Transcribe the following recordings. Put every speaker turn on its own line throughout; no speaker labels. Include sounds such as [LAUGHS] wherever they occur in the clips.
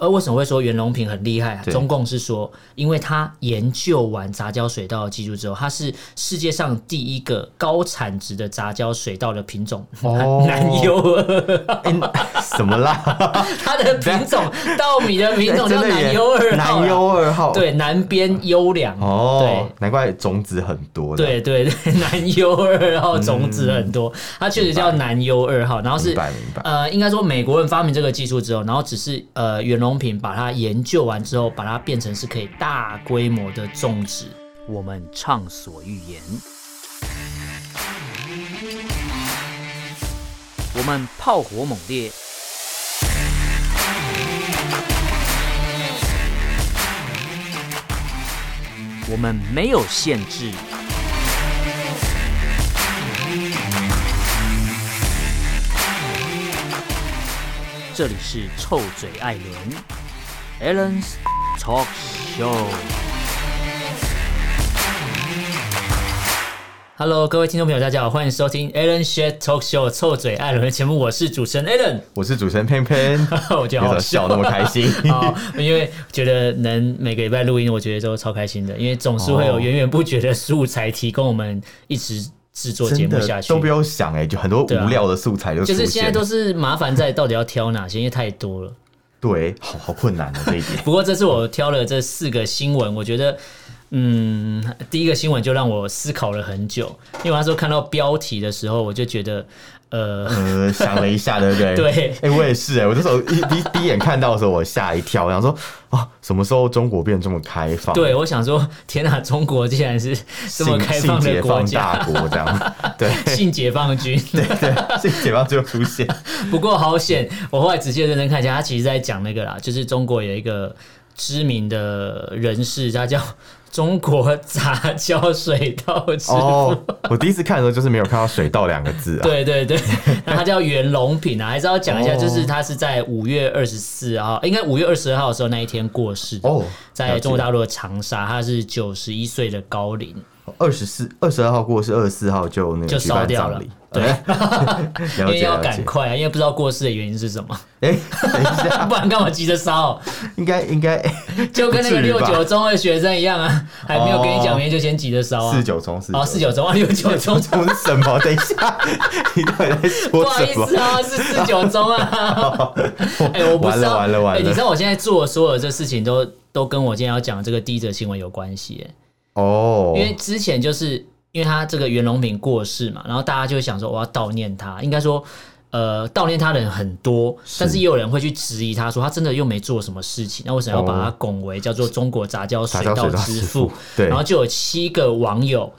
呃，为什么会说袁隆平很厉害啊？
对
中共是说，因为他研究完杂交水稻的技术之后，他是世界上第一个高产值的杂交水稻的品种，
哦哎
南优尔，
什么啦？
它的品
[LAUGHS]
种稻米的品种叫
真的耶
南优二号啦，啊
南优二号，
对南边优良
哦
对，
难怪种子很多。，
对对对， [LAUGHS] 南优二号种子很
嗯
多，它确实叫南优二号，然后
明
是
白明白。
呃，应该说美国人发明这个技术之后，然后只是呃袁隆平把它研究完之后，把它变成是可以大规模的种植。我们畅所欲言，我们炮火猛烈。我们没有限制。这里是臭嘴艾伦 a l l e n s Talk Show。Hello，各位听众朋友，大家好，欢迎收听 Alan s h a t Talk Show 臭嘴艾伦的节目，我是主持人 Alan， [LAUGHS]
我是主持人偏偏，
我觉得 [LAUGHS]
你怎
好
么笑那么开
[LAUGHS]
心？
哦，因为觉得能每个礼拜录音，我觉得都超开心的，因为总是会有源源不绝的素材提供我们一直制作节
真
目
的
下去
都。不用想哎，就很多
对啊
无聊的素材就
就
出
是现在
现
都是麻烦在到底要挑哪些，因为太多了。
对，好好困难哦这一点。
不过这次我挑了这四个新闻，我觉得，嗯，第一个新闻就让我思考了很久，因为那时候看到标题的时候，我就觉得，呃，
呃，想了一下，对不
[LAUGHS]
对？
对
哎、我也是哎、我那时候一第一第一眼看到的时候，我吓一跳，我想说啊，什么时候中国变这么开放？
对我想说，天哪，中国竟然是这
性，
么开放
性
的
解
国
放
家，
大国这样，对
性解放军。
对，性解放就出现，
[LAUGHS] 不过好险，我后来仔细认真看一下，他其实在讲那个啦，就是中国有一个知名的人士，他叫中国杂交水稻之父。
[LAUGHS] 哦，我第一次看的时候就是没有看到“水稻”两个字啊，
对对对， [LAUGHS] 那他叫袁隆平啊，还是要讲一下，
哦
就是他是在五月二十四号，应该五月二十二号的时候那一天过世的，
哦，
在中国大陆的长沙，他是九十一岁的高龄。
二十四、二十二号过是二十四号就那
就
个举
烧
办
掉了
葬礼，对，
因
[LAUGHS] 了
为
解
要
了
赶
解。
快啊，因为不知道过世的原因是什么，
哎、 [LAUGHS] 等一
[LAUGHS]
下，
不然干嘛急着烧？
应该应该
就跟那个
不至于
六
吧哦
九中的学生一样啊，还没有跟你讲明就先急着烧啊
四。九冲
[LAUGHS]
四
哦，
[LAUGHS]
四九中啊，六九中，
冲是
[LAUGHS]
什么？等一下，你到底在
不
说
好意
什么
思？啊，是四九中啊。 [LAUGHS] 哎、我不
完
知道，
了 [LAUGHS] 完了完
哎
了！
你知道我现在做的所有这事情都都跟我今天要讲的这个第一则新闻有关系、
哦，
哎因为之前就是因为他这个袁隆平过世嘛，然后大家就会想说我要悼念他，应该说。呃，悼念他的人很多，但是也有人会去质疑他说他真的又没做什么事情，那为什么要把他拱为叫做中国杂交
杂
水
交
稻
水稻
之
之
父
父？，对，
然后就有七个网友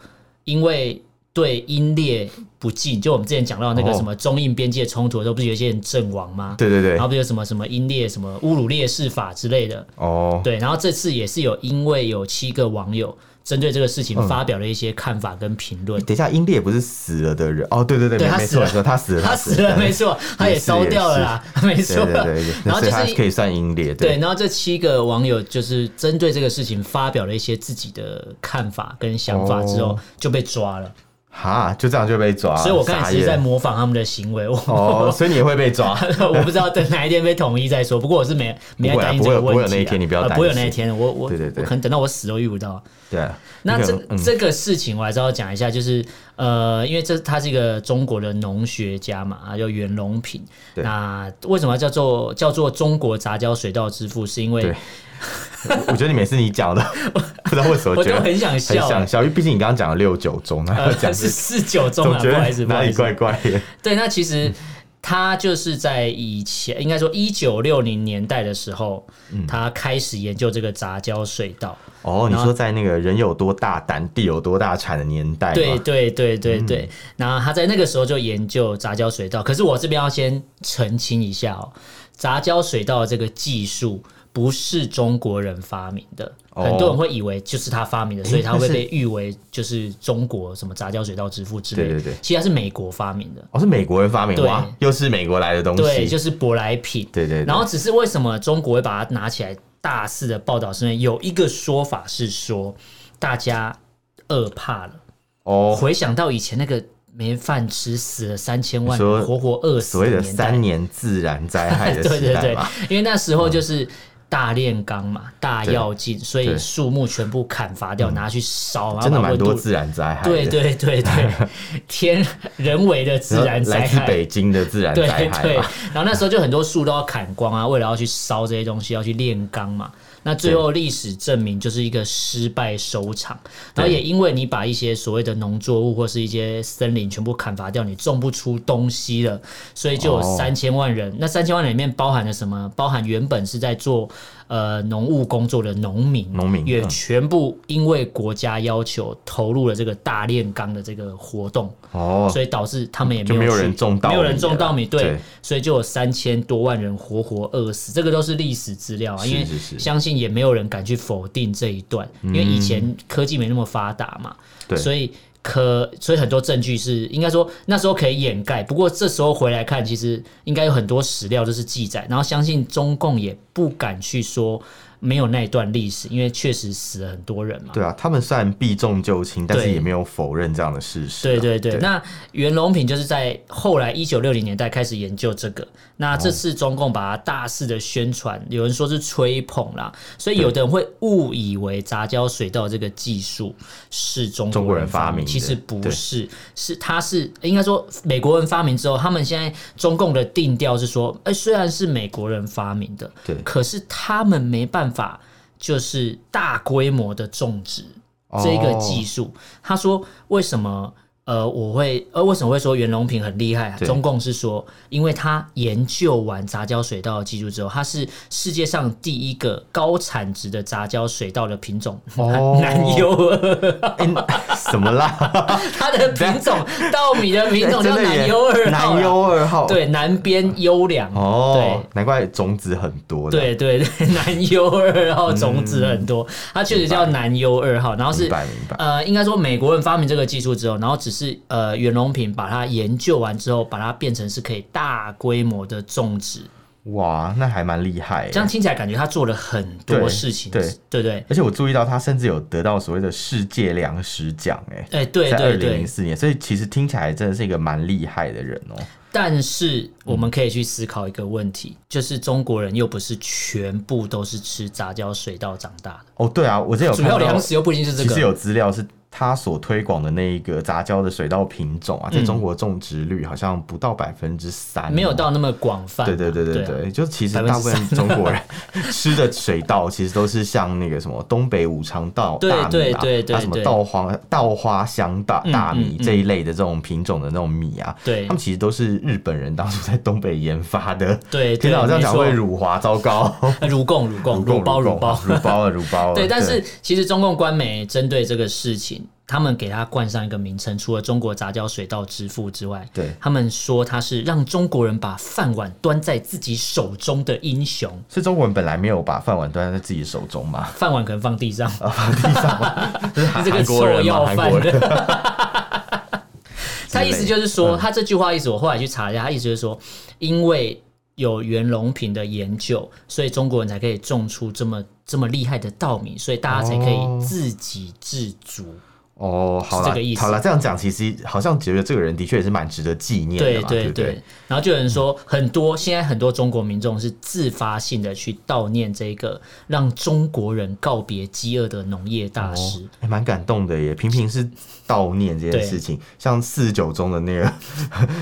因为对英烈不敬，就我们之前讲到那个
哦
什么中印边界冲突的时候，不是有些人阵亡吗？
对对对
然后，不是有什么什么英烈什么侮辱烈士法之类的，
哦，
对。然后这次也是有因为有七个网友针对这个事
嗯
情发表了一些看法跟评论。
等一下，英烈不是死了的人哦，对对对，
对
没
他
没
死
错
了
没错，他死
[LAUGHS]
了，
他死了，没，错，他也
也是
烧掉了啦， [LAUGHS] 没
对
错。
对对对，
然后
所
就
以他可
是
以算英烈，
对，，然后这七个网友就是针对这个事情发表了一些自己的看法跟想法之后，
哦
就被抓了。
哈，就这样就被抓，
所以我刚才
傻
其实
眼
在模仿他们的行为，我、
哦，所以你也会被抓，
[LAUGHS] 我不知道等哪一天被统一再说。不过我是没没在
不会啊
担心这个
不会
问题、啊
不会有那一天你不要
呃
担
不会有
心
那一天，我我
对对对
我可能等到我死都遇不到。
对啊，
那
你可
这、
能嗯
这个事情我还是要讲一下，就是呃，因为这他是一个中国的农学家嘛，啊叫袁隆平。
对
那为什么要叫做叫做中国杂交水稻之父？是因为
对我觉得你每次你讲的，不知道为什么
我
觉
就
得
很想
很
笑，
想笑，因为毕竟你刚刚讲了六九中，然后
[LAUGHS] 呃，
讲
是
是
四九中
总
啊，
觉
不好意思，
得
不好
哪
意
里
思
怪。怪的，
对，那其实他就是在以前，应该说一九六零年代的时候，
嗯
他开始研究这个杂交水稻。
哦，你说在那个人有多大胆，地有多大产的年代
对
嘛，嗯
对对对对。然后他在那个时候就研究杂交水稻，可是我这边要先澄清一下哦，杂交水稻的这个技术。不是中国人发明的，
哦
很多人会以为就是他发
[LAUGHS]
明的，所以他
但
会
是
被誉为就是中国什么杂交水稻之父之类的。
对对对
其实他是美国发明的。
哦，是美国人发明，
对
哇，又是美国来的东
对，
西，
就是舶来品。
对对对
然后只是为什么中国会把它拿起来大肆的报道？是因为有一个说法是说，大家饿怕了，
哦，
回想到以前那个没饭吃，死了三千万
你说
人，活活饿死
所谓的
年代
三。年自然灾害
[LAUGHS]
的
对
时
对
代
对
嘛，，嗯
因为那时候就是、大炼钢嘛，大药进，所以树木全部砍伐掉，拿去烧，然后
嗯真的
把
蛮
温度。
多自然灾害的。
对对对对，
[LAUGHS]
天人为的自然灾
来自
害，
北京的自然
对
灾害
对
吧，，
[LAUGHS] 然后那时候就很多树都要砍光啊，为了要去烧这些东西，要去炼钢嘛。那最后历史证明就是一个失败收场，然后也因为你把一些所谓的农作物或是一些森林全部砍伐掉，你种不出东西了，所以就有
哦
三千万人。那三千万人里面包含了什么？包含原本是在做呃农务工作的农民，
农民
也
嗯
全部因为国家要求投入了这个大炼钢的这个活动，
哦，
所以导致他们也
就没有
去
人种稻米
没
了，
有人种稻米，对，
啊对
所以就有三千多万人活活饿死，这个都是历史资料啊，
是
因为
是是嗯
相信也没有人敢去否定这一段，因为以前科技没那么发达嘛，
对
所以。可，所以很多证据是应该说那时候可以掩盖，不过这时候回来看，其实应该有很多史料都是记载，然后相信中共也不敢去说没有那一段历史，因为确实死了很多人嘛。
对啊，他们虽然避重就轻，但是
对
也没有否认这样的事实啊。
对对对，
对
那袁隆平就是在后来一九六零年代开始研究这个。
哦
那这次中共把它大肆的宣传，有人说是吹捧啦，所以有的人会误以为杂交水稻这个技术是中
中国
人
人发
明，
明的
其实不
对
是，是它是应该说美国人发明之后，他们现在中共的定调是说，哎、虽然是美国人发明的，
对
可是他们没办法就是大规模的种植。
哦
这个技术。他说为什么？呃，我会呃，为什么会说袁隆平很厉害啊？
对
中共是说，因为他研究完杂交水稻的技术之后，他是世界上第一个高产值的杂交水稻的品种，
哦
南优二，
哎那什么啦？
[LAUGHS] 它的品种
[LAUGHS]
稻米的品种叫
真的耶
南优二号啦，
南优二号，
对南边优良
哦
对，
难怪种子很多。，
对对对， [LAUGHS] 南优二号种子很多，它确实叫南优二号，然后是
明白明白。
呃，应该说美国人发明这个技术之后，然后只是呃袁隆平把它研究完之后，把它变成是可以大规模的种植，
哇，那还蛮厉害耶。
这样听起来感觉他做了很多
对
事情，
对
对不对？
而且我注意到他甚至有得到所谓的世界粮食奖，哎，
哎、对
在二
对
零
对
零，四年，所以其实听起来真的是一个蛮厉害的人哦。
但是我们可以去思考一个问题，就是中国人又不是全部都是吃杂交水稻长大的，
哦，对啊，我这有
主
看
要
到，
粮食又不一定是这
其实
个，
有资料是他所推广的那一个杂交的水稻品种啊，在中国种植率好像不到百分之三，
嗯没有。到那么广泛啊、
对对对对
啊
对，就其实大部分中国人 [LAUGHS] 吃的水稻，其实都是像那个什么东北五常稻、
对
大米啊，
对对对
还有什么
对
稻花稻花香大
嗯
大米
嗯
这一类的这种品种的那种米啊，
对
他们其实都是日本人当初在东北研发的。
对对，
天哪，我这样
没
讲
错
会辱华，糟糕！
呃 [LAUGHS] 乳共乳共
共
乳包乳包。
乳包了乳包了。
对，但是其实中共官媒针对这个事情，他们给它冠上一个名称，除了中国杂交水稻之父之外，
对
他们说他是让中国人把饭碗端在自己手中的英雄。
是中国人本来没有把饭碗端在自己手中嘛？
饭碗可能放地上，
啊
[LAUGHS]
这是韩
这个
韩国
臭
人嘛？
要
韩
饭
国人，
的。 [LAUGHS] 他意思就是
嗯
说，他这句话意思，我后来去查一下，他意思就是说，因为有袁隆平的研究，所以中国人才可以种出这么这么厉害的稻米，所以大家才可
哦
以自给自足。
哦，好
是
了
这个意，思
好了，这样讲其实好像觉得这个人的确也是蛮值得纪念的
对
嘛，
对
不对？
然后就有人说，很多现在很多中国民众是自发性的去悼念这个让中国人告别饥饿的农业大师。
哦还蛮、感动的耶。平平是悼念这件事情，像四十九中的那个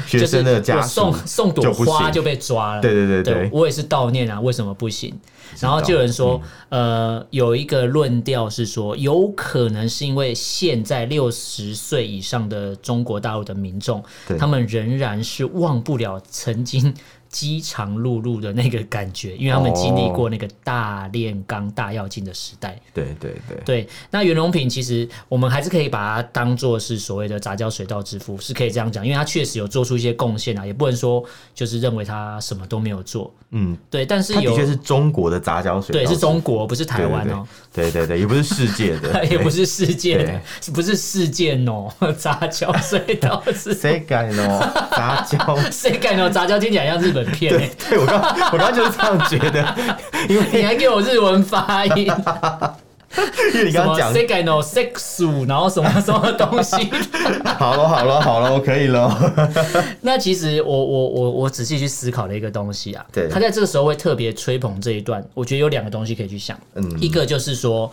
学
就是
生的家
我
属
送，送朵
就不行
花就被抓了，
对对对对
我也是悼念啊，为什么不行？然后就有人说，
嗯
呃，有一个论调是说，有可能是因为现在六十岁以上的中国大陆的民众
对，
他们仍然是忘不了曾经。饥肠辘辘的那个感觉，因为他
哦
们经历过那个大炼钢、大跃进的时代。
对对对，
对，那袁隆平其实我们还是可以把它当做是所谓的杂交水稻之父，是可以这样讲，因为他确实有做出一些贡献啊，也不能说就是认为他什么都没有做。
嗯，
对，但是
他的
有
确是中国的杂交水稻，
对是中国，不是台湾哦、 [LAUGHS]
对对对，也不是世界的，
也不是世界
对
的，是不是世界喏？杂交水稻是
谁敢哦，杂交。 [LAUGHS]
谁敢喏？杂交听起来像日本片、
对
欸，
对，我刚我刚就是这样觉得，因为 [LAUGHS]
你还给我日文发音。
因为你刚刚讲
s e g a n o sexu，然后什么什么东
[LAUGHS]
西。
好了好了好了，我可以了。
那其实我我我我仔细去思考了一个东西啊，
对
他在这个时候会特别吹捧这一段，我觉得有两个东西可以去想，
嗯
一个就是说，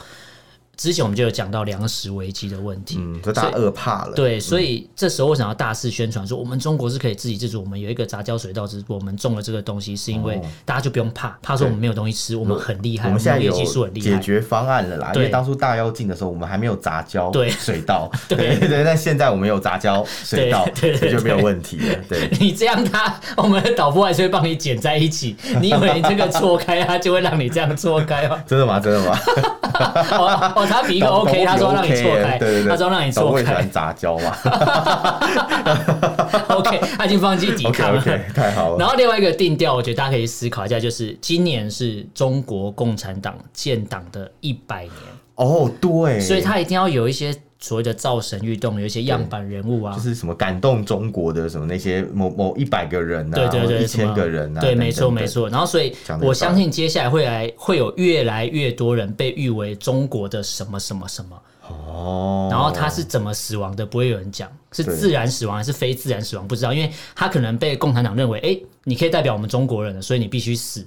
之前我们就有讲到粮食危机的问题，
嗯，这大家饿怕了。
对，所以这时候为什么要大肆宣传说我们中国是可以自给自足？我们有一个杂交水稻之国，我们种了这个东西，是因为
哦
大家就不用怕，怕说我们没有东西吃，我们很厉害，
我
我
们
们
现在
农业
有
技术很厉
解
害。
决方案了啦，因
对
为当初大妖进的时候，我们还没有杂
[LAUGHS]
交
对
[LAUGHS] 水稻，对对对，但现在我们有杂交水稻，所
对对对
以就没有问题了。对，
你这样他，我们的导播还是会帮你剪在一起。你以为你这个错开，他就会让你这样错开吗？
真的吗？真的吗？
哦哦，他比
[LAUGHS]
一个 OK，他说让你错开，
对对对，
他说让你
导播
错
也喜
开
欢杂交嘛
[LAUGHS] ，OK，他已经放弃抵
[LAUGHS] ，OK
抗了。啊
OK，太好
[LAUGHS] 然
了。
后另外一个定调，我觉得大家可以思考一下，就是今年是中国共产党建党的一百年。
哦，对，
所以他一定要有一些所谓的造神运动，有一些样板人物啊
就。是什么感动中国的什么那些某某一百个人
对
呐，
对对，
一
什
千
么啊
个人呐，
对，
等
没错
等
没错。然后，所以
讲得有
我
道理
相信接下来会来会有越来越多人被誉为中国的什么什么什么。
哦，
然后他 [LAUGHS] 是怎么死亡的，不会有人讲是
对
自然死亡还是非自然死亡，不知道，因为他可能被共产党认为，哎，你可以代表我们中国人了，所以你必须死。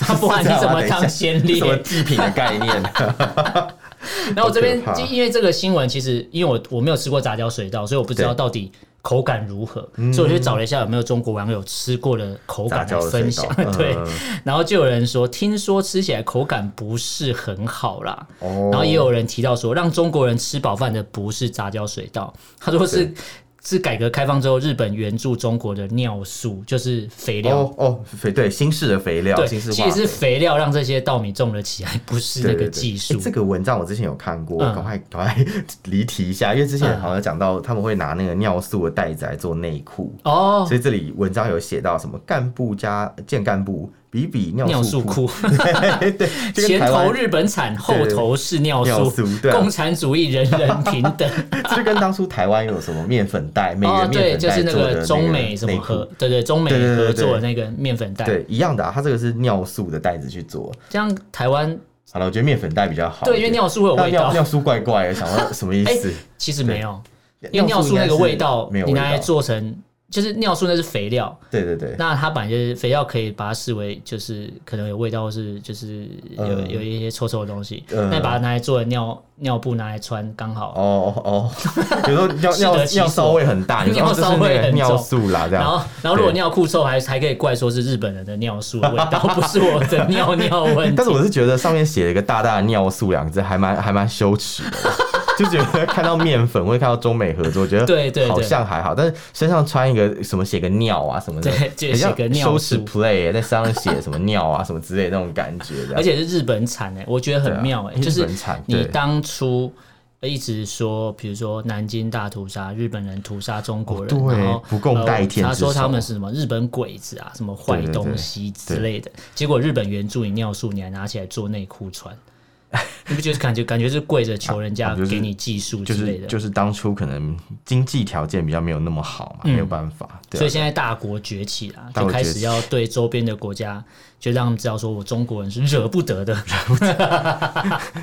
他不
[LAUGHS]
然你怎么当先
什么
烈？
祭品的概
[LAUGHS]
念？
然后我这边
好可怕
就因为这个新闻，其实因为我我没有吃过杂交水稻，所以我不知道
对
到底口感如何，
嗯
所以我就找了一下有没有中国网友吃过的口
杂
感来
交的水
分
稻
享。[LAUGHS]
嗯
对，然后就有人说，听说吃起来口感不是很好啦。
哦
然后也有人提到说，让中国人吃饱饭的不是杂交水稻，他说是。是改革开放之后，日本援助中国的尿素，就是肥料。
哦哦，肥对新式的肥料，
对，
新式
其
化
实
肥
是肥料让这些稻米种了起来，不是
对
那个
对对
技
诶
术。
这个文章我之前有看过，
嗯
赶快赶快 [LAUGHS] 离题一下，因为之前
嗯
好像讲到他们会拿那个尿素的袋子来做内裤，
哦，
所以这里文章有写到什么干部加见干部比比尿
尿素
素裤，
库，
[LAUGHS] 对对，就跟
前
台湾
头日本产，后
对
头是尿
尿
素
素，对啊
共产主义人人平等。
就跟当初台湾有什么面粉袋， [LAUGHS] 每
哦
人，
对，
面
就
粉袋
是那
做的
个中美
内
什么
裤
合，对对，中美
对对对对
合作的那个面粉袋，
对一样的啊，它这个是尿素的袋子去做。
这样台湾
好了，我觉得面粉袋比较好一点，
对，因为尿素会有
那
味
尿
道，
尿素怪怪的，想说什么意思
[LAUGHS] 哎？其实没有，因
应
为
该
哎尿素那个
是
味道
没有，
你
味
拿来
道
做成就是尿素那是肥料，
对对对，
那它本来就是肥料，可以把它视为就是可能有味道，或是就是有
嗯
有一些臭臭的东西，
嗯
那把它拿来做尿尿布拿来穿刚好，
哦哦，有时候
[LAUGHS]
尿
适得
尿
其所
尿骚味
[LAUGHS]
很大，你说
尿
哦这是
骚味
那个
很重
尿素啦，这
然
样
后，然后如果
对
尿裤臭还还可以怪说是日本人的尿素的味道，不是我的尿尿问题。
[LAUGHS] 但是我是觉得上面写了一个大大的“尿素”啊两个字，还蛮还蛮羞耻的，就觉得看到面粉或者看到中美合作，我觉得
对对对
好像还好，但是身上穿一个什么写个尿啊什么的，
对就
[LAUGHS] 很像
写个尿
羞耻
素
play，耶在身上写什么尿啊什么之类的那种感觉，
[LAUGHS]
这样
而且是日本产哎、我觉得
对啊
很妙哎、就
日
是
本产
你
对
当初一直说，比如说南京大屠杀，日本人屠杀中国人，
哦对
然后
不共戴天
呃他
之
说他
手
们是什么日本鬼子啊，什么坏
对对对
东西之类的，结果日本援助你尿素，你还拿起来做内裤穿。你不觉得感觉感觉是跪着求人
[LAUGHS] 啊
家
就是
给你技术
就
之类
是
的？
就是当初可能经济条件比较没有那么好嘛，没有办法，
嗯
对啊
所以现在大国崛起啦，
大
就
国
开
崛
始
起
要对周边的国家，就让他们知道说我中国人是惹不得
[LAUGHS]
的。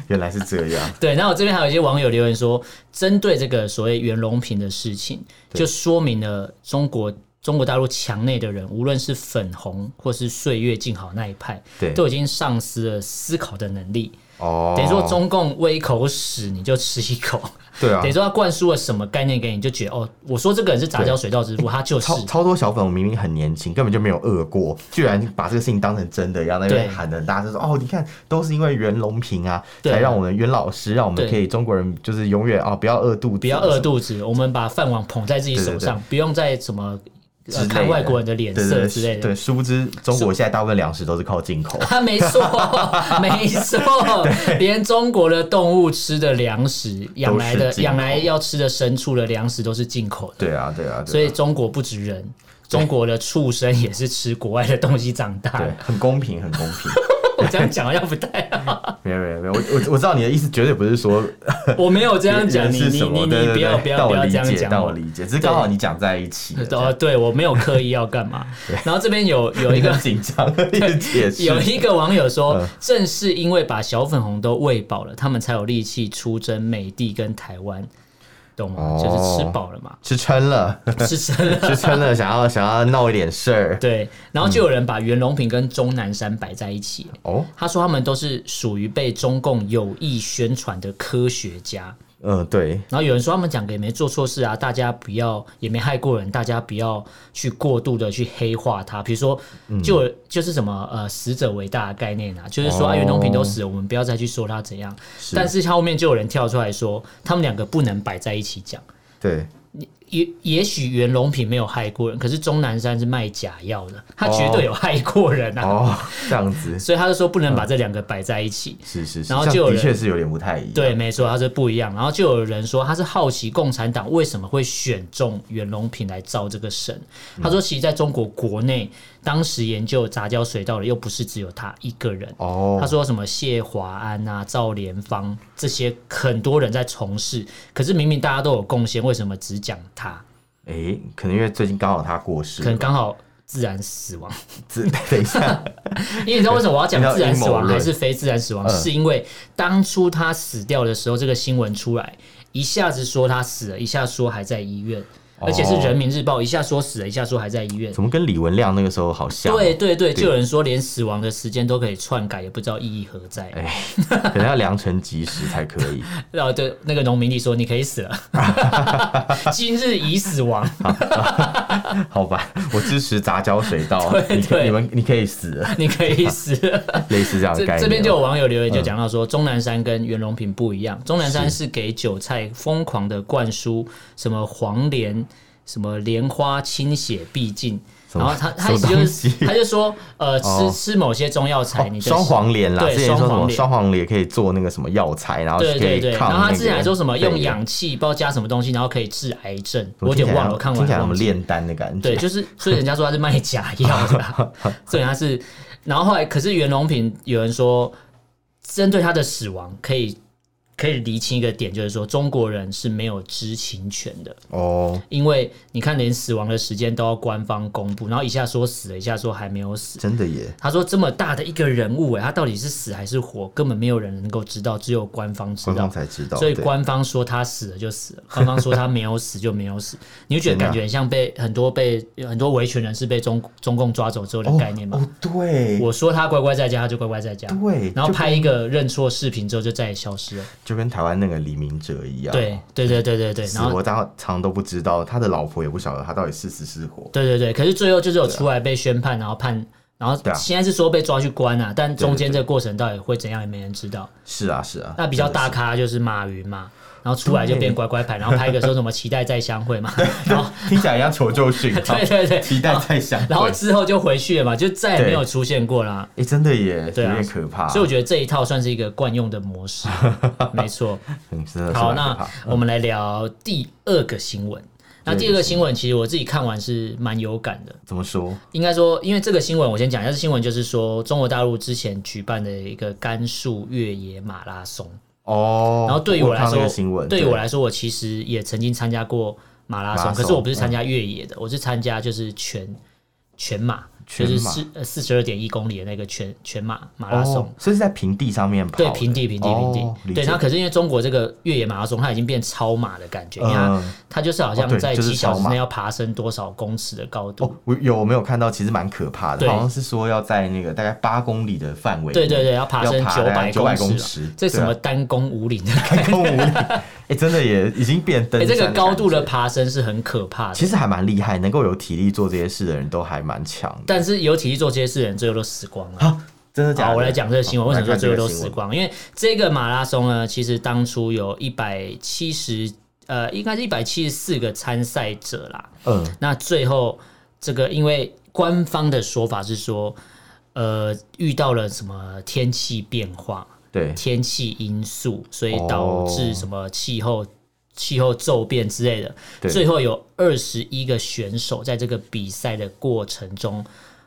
原来是这样，
对，然后我这边还有一些网友留言说，针对这个所谓袁隆平的事情，就说明了中国中国大陆墙内的人，无论是粉红或是岁月静好那一派，
对
都已经丧失了思考的能力。
哦，
等于说中共喂一口屎你就吃一口，
对啊
等于，说他灌输了什么概念给你，你就觉得哦，我说这个人是杂交水稻之父，他就是
超超多小粉，我明明很年轻，根本就没有饿
[LAUGHS]
过，居然把这个事情当成真的一样，在那边
对
喊得很大声说：“哦，你看，都是因为袁隆平啊，
对
才让我们袁老师，让我们
对
可以中国人就是永远哦，不要饿肚子，
不要饿肚子，我们把饭碗捧在自己
对对
手
对
上，不用再怎么、
之
呃、
类的
看外国人的脸
对对
色
对
之类的。。
对，殊不知中国现在大部分粮食都是靠进口
他没错，
[LAUGHS]
没错，连中国的动物吃的粮食，养来的
都是进口
养来要吃的牲畜的粮食都是进口的，
[LAUGHS] 对啊，对啊，对啊
所以中国不止人，中国的畜生也是吃国外的东西长大
对
的。
很公平，很公平。 [LAUGHS]
我这样讲好像不太好，
没有没有没有，我我我知道你的意思，绝对不是说呃
我没有这样讲
人
你，
是
你
什
你
么，
你
对对
不要
对
不
对，
要
但
不
我
要
理
这样
解，但
讲
我
我。
理解，只是刚好你讲在一起了，
哦，对我没有刻意要干嘛。然后这边有有一
[LAUGHS] 你
个
很
[LAUGHS]
紧张，一直解释，
有一个网友说，正是因为把小粉红都喂饱了，他们才有力气出征美帝跟台湾，懂吗？
哦
就是吃饱了嘛， [LAUGHS]
吃撑了，
吃撑了。
吃撑了，想要想要闹一点事儿，
对，然后就有人把袁隆平跟钟南山摆在一起，
哦，
他说他们都是属于被中共有意宣传的科学家。
嗯，对，
然后有人说他们讲的也没做错事啊，大家不要也没害过人，大家不要去过度的去黑化他。比如说，
嗯
就、就是什么呃死者为大的概念啊，就是说、
哦
啊袁隆平都死了，我们不要再去说他怎样。
是
但是后面就有人跳出来说，他们两个不能摆在一起讲。
对，
也也许袁隆平没有害过人，可是钟南山是卖假药的，他绝对有害过人啊。 [LAUGHS]
哦，嗯这样子，
所以他就说不能把这两个摆在一起。
是是是，
然后
这样
就有
的
人
确是有点不太一样，
对，没错，他是不一样。然后就有人说他是好奇共产党为什么会选中袁隆平来造这个神。他说，其实在中国国内，当时研究杂交水稻的又不是只有他一个人。
哦，
他说什么谢华安啊、赵连芳这些很多人在从事，可是明明大家都有贡献，为什么只讲他？
诶，可能因为最近刚好他过世
可
了，
能刚好自然死亡。
自等一下，
因为你知道为什么我要讲自然死
比较阴谋
亡
论
还是非自然死亡，
嗯
是因为当初他死掉的时候，这个新闻出来，一下子说他死了，一下说还在医院，而且是人民日报一下说死了，一下说还在医院。
[LAUGHS] 哦怎么跟李文亮那个时候好像？
对，对对，就有人说连死亡的时间都可以篡改，也不知道意义何在。
哎、可能要良辰吉时才可
[LAUGHS]
以。
然后对那个农民弟说：“你可以死了， [LAUGHS] 今日已死亡。
好吧，我支持杂交水稻，
对
你可
对
你们你可以死
[LAUGHS]
了，
你可以死了。”
类似这样的概
这
念。哦嗯
这边就有网友留言就讲到说，钟南山跟袁隆平不一样，钟南山是给韭菜疯狂的灌输什么黄连、什么莲花清血必尽，
什
然
么
后他他
什
意
么
思就
东
是
西
他就说，呃，
哦
吃吃某些中药材，你
哦
的
双黄连啦，
对
之前说什
双黄
么
连
双黄连可以做那个什么药材，然后
对
可
对对，
以抗、
然
那个。
后他之前还说什么用
对
氧气，不知道加什么东西，然后可以治癌症，
怎么
我有
听起
点
来
忘了，我
好
看
听
完
起来
忘
很
记。
炼丹的感觉。 [LAUGHS]
对，就是所以人家说他是卖假药的啊，所以他是，然后后来可是袁隆平有人说，针对他的死亡可以可以厘清一个点，就是说中国人是没有知情权的，
哦，
因为你看连死亡的时间都要官方公布，然后一下说死了，一下说还没有死。
真的耶，
他说这么大的一个人物、欸，他到底是死还是活，根本没有人能够知道，只有官方知
官
道
方。才知道。
所以
对
官方说他死了就死了， [LAUGHS] 官方说他没有死就没有死，你会觉得
天哪
感觉很像被很多被很多维权人士被中中共抓走之后的概念
哦
嘛？
哦，对，
我说他乖乖在家，他就乖乖在家。
对，
然后
就
拍一个认错视频之后，就再也消失了。
就跟台湾那个李明哲一样，
对，对对对对对，
啊死
然后
活常常都不知道，他的老婆也不晓得他到底是死是活。
对对对，可是最后就是有出来被宣判，然后判，然后
对啊
现在是说被抓去关啊，但中间
对对对
这个过程到底会怎样也没人知道。
是啊，是啊，
那比较
真的
大
是
咖就是马云嘛，然后出来就变
对
乖乖牌，然后拍一个说什么期待再相
[LAUGHS]
会嘛，然后
听起来像求
[LAUGHS]
救讯，
对对对，
期待再相会。
然后之后就回去了嘛，就再也没有出现过啦。
哎，真的耶，有
对啊
点可怕，
所以我觉得这一套算是一个惯用的模式，
[LAUGHS]
没错。
嗯真的是嗯
好，
蛮可
那
怕
我们来聊第二个新闻。那第二个新闻，其实我自己看完是蛮有感的。
怎么说？
应该说，因为这个新闻，我先讲一下。这新闻就是说，中国大陆之前举办的一个甘肃越野马拉松。
哦，
然后对于我来
看到那
说，
个新闻
对于我来说，我其实也曾经参加过马拉
马
松，
拉
可是
松
我不是参加越野的，我是参加就是全全马，
全
就是
马
四呃四十二点一公里的那个全全马马拉松。
哦，所以是在平地上面跑的，
对，平地，平地，平地。
哦理
对，
解
那可是因为中国这个越野马拉松，它已经变超马的感觉，因为它、
嗯，
它啊就是好
哦
像
对
在
就是
几小
超
时
马
内要爬升多少公尺的高度。
哦，我有我没有看到，其实蛮可怕的，
对
好像是说要在那个大概八公里的范围内，
对对对，要爬升
要爬
九
大
百
概900
公
公
尺
尺
啊，这
对
什
啊
么单攻五岭的
太空无力，哎，真的也已经变
[LAUGHS]
登
哎、
山
这个
感
高度的
觉，
爬升是很可怕的。
其实还蛮厉害，能够有体力做这些事的人都还蛮强的。
但是有体力做这些事的人，最后都死光了。
啊，真的假哦
好，
的？
我来讲这个新闻。为什么说最后都
好
死？光？因为这个马拉松呢，其实当初有一百七十，呃，应该是一百七十四个参赛者啦。
我来看这个新闻嗯，
那最后这个，因为官方的说法是说，呃，遇到了什么天气变化，
对，
天气因素，所以导致
哦
什么气候、气候骤变之类的。
对
最后有二十一个选手在这个比赛的过程中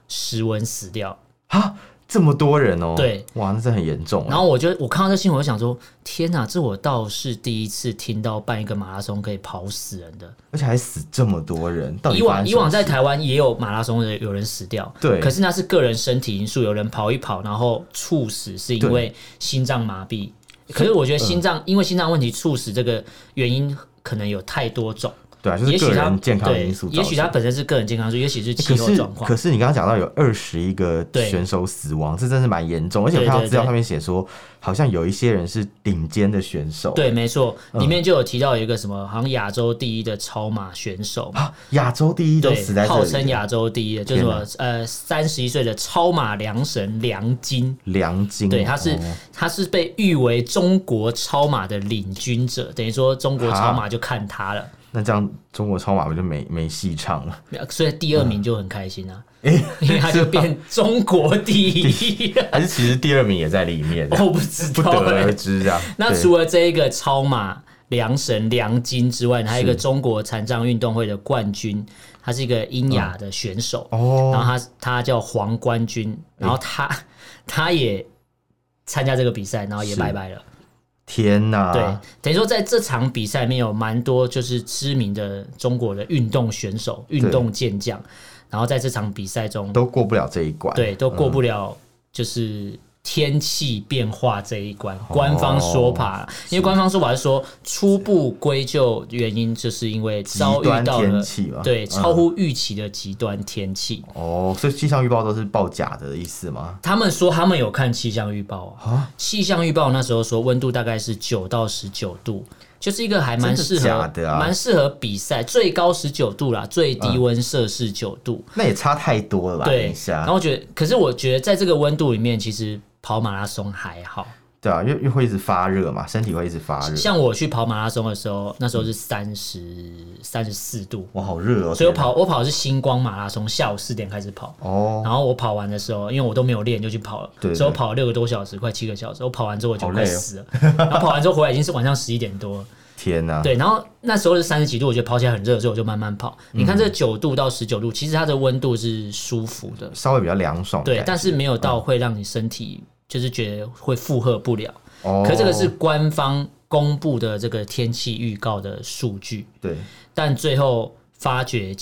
失温死掉。
啊，这么多人哦，
对，
哇，那这很严重啊。
然后我就我看到这新闻，我就想说，天哪，这我倒是第一次听到办一个马拉松可以跑死人的。
而且还死这么多人，到
以
底发
往
生
以往
什
在
么事
台湾也有马拉松的有人死掉，
对
可是那是个人身体因素，有人跑一跑然后猝死，是因
对嗯
为心脏麻痹。可是我觉得心脏、因为心脏问题猝死这个原因可能有太多种，
对啊，就
也
是
许
个
他
人健康
对
因素，
也许他
他。
本身是个人健康因素，也许是气
可
候
是
状况
可。是你刚刚讲到有二十一个
对
选手死亡，这真是蛮严重。而且我
对
看到
对
资料
对
上面写说，好像有一些人是顶尖的选手，
对，没错，
嗯
里面就有提到有一个什么，好像亚洲第一的超马选手嘛，
啊，亚洲第一都
对，
死在
号
这
称
里，
亚洲第一的，就是什
天
么呃三十一岁的超马梁神梁金，
梁晶，
对，他是、
嗯哦
他是被誉为中国超马的领军者，等于说中国超马就看他了，
那这样中国超马不就没没戏唱了？ [LAUGHS]
所以第二名就很开心啊， [LAUGHS] 因为他就变中国第一了，
还是其实第二名也在里面，
[LAUGHS] 我不知
不
道、
得而
欸。
知啊。
[LAUGHS] 那
对
除了这一个超马。梁神梁金之外，还有一个中国残障运动会的冠军，他是一个
嗯
英雅的选手。然
哦，
后他他叫黄冠军，
嗯
然后他、 [LAUGHS] 他也参加这个比赛，然后也
是啊
拜拜了。
天哪！
对，等于说在这场比赛里面有蛮多就是知名的中国的运动选手、运动健将，然后在这场比赛中，
都过不了这一关。
对都过不了就是天气变化这一关。
哦
官方说法，因为官方说法是说初步归咎原因就是因为
极
遭遇
端
到
天
了
气嘛，
对
嗯
超乎预期的极端天气。
哦，所以气象预报都是报假的意思吗？
他们说他们有看气象预报啊
啊，
气象预报那时候说温度大概是九到十九度，就是一个还蛮适
真的假
合
的啊
蛮适合比赛，最高十九度啦，最低温摄氏九度。
那也差太多了吧？等
对
嗯一，下
然后我觉得，可是我觉得在这个温度里面，其实跑马拉松还好。
对啊，又又会一直发热嘛，身体会一直发热。
像我去跑马拉松的时候，那时候是三十三十四度，
哇，好热哦！
所以我
天哪
跑我跑的是星光马拉松，下午四点开始跑。
哦，
然后我跑完的时候，因为我都没有练，就去跑了，
对对
所以我跑了六个多小时，快七个小时。我跑完之后我就
好
快
累哦
死了，然后跑完之后回来已经是晚上十一点
[LAUGHS]
多了。
天哪！
对，然后那时候是三十几度，我觉得跑起来很热，所以我就慢慢跑。你看这
嗯
九度到十九度，其实它的温度是舒服的，
稍微比较凉爽的
对
感觉。，嗯
但是没有到会让你身体就是觉得会负荷不了。
哦，
可这个是官方公布的这个天气预告的数据，
对
但最后发觉。